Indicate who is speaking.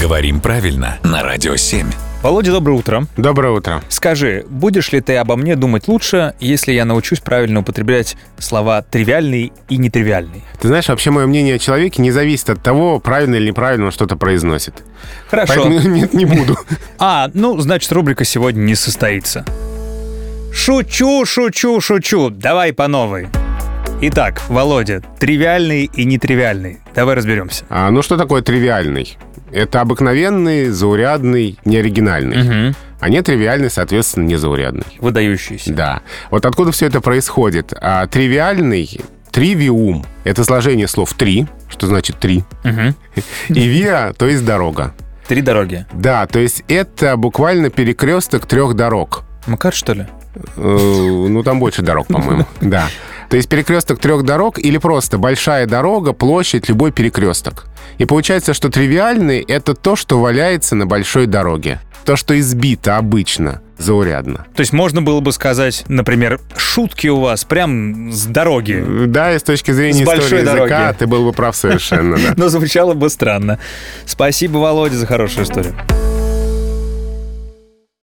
Speaker 1: Говорим правильно на Радио 7.
Speaker 2: Володя, доброе утро.
Speaker 3: Доброе утро.
Speaker 2: Скажи, будешь ли ты обо мне думать лучше, если я научусь правильно употреблять слова «тривиальный» и «нетривиальный»?
Speaker 3: Ты знаешь, вообще мое мнение о человеке не зависит от того, правильно или неправильно он что-то произносит.
Speaker 2: Хорошо.
Speaker 3: Поэтому нет, не буду.
Speaker 2: А, ну, значит, рубрика сегодня не состоится. Шучу, шучу, шучу. Давай по новой. Итак, Володя, тривиальный и нетривиальный. Давай разберемся.
Speaker 3: А, ну что такое тривиальный? Это обыкновенный, заурядный, неоригинальный. А нетривиальный, соответственно, незаурядный.
Speaker 2: Выдающийся.
Speaker 3: Да. Вот откуда все это происходит? А, тривиальный, тривиум — это сложение слов «три», что значит «три»,
Speaker 2: Мгм.
Speaker 3: и «виа», то есть «дорога».
Speaker 2: Три дороги.
Speaker 3: Да, то есть это буквально перекресток трех дорог.
Speaker 2: Макар, что ли?
Speaker 3: Э, Ну, там больше дорог, по-моему. Да. То есть перекресток трех дорог или просто большая дорога, площадь, любой перекресток. И получается, что тривиальный — это то, что валяется на большой дороге. То, что избито обычно, заурядно.
Speaker 2: То есть можно было бы сказать, например, шутки у вас прям с дороги.
Speaker 3: Э, Да, и с точки
Speaker 2: С
Speaker 3: зрения истории
Speaker 2: большой
Speaker 3: языка
Speaker 2: дороги.
Speaker 3: ты был бы прав совершенно, да.
Speaker 2: Но звучало бы странно. Спасибо, Володя, за хорошую историю.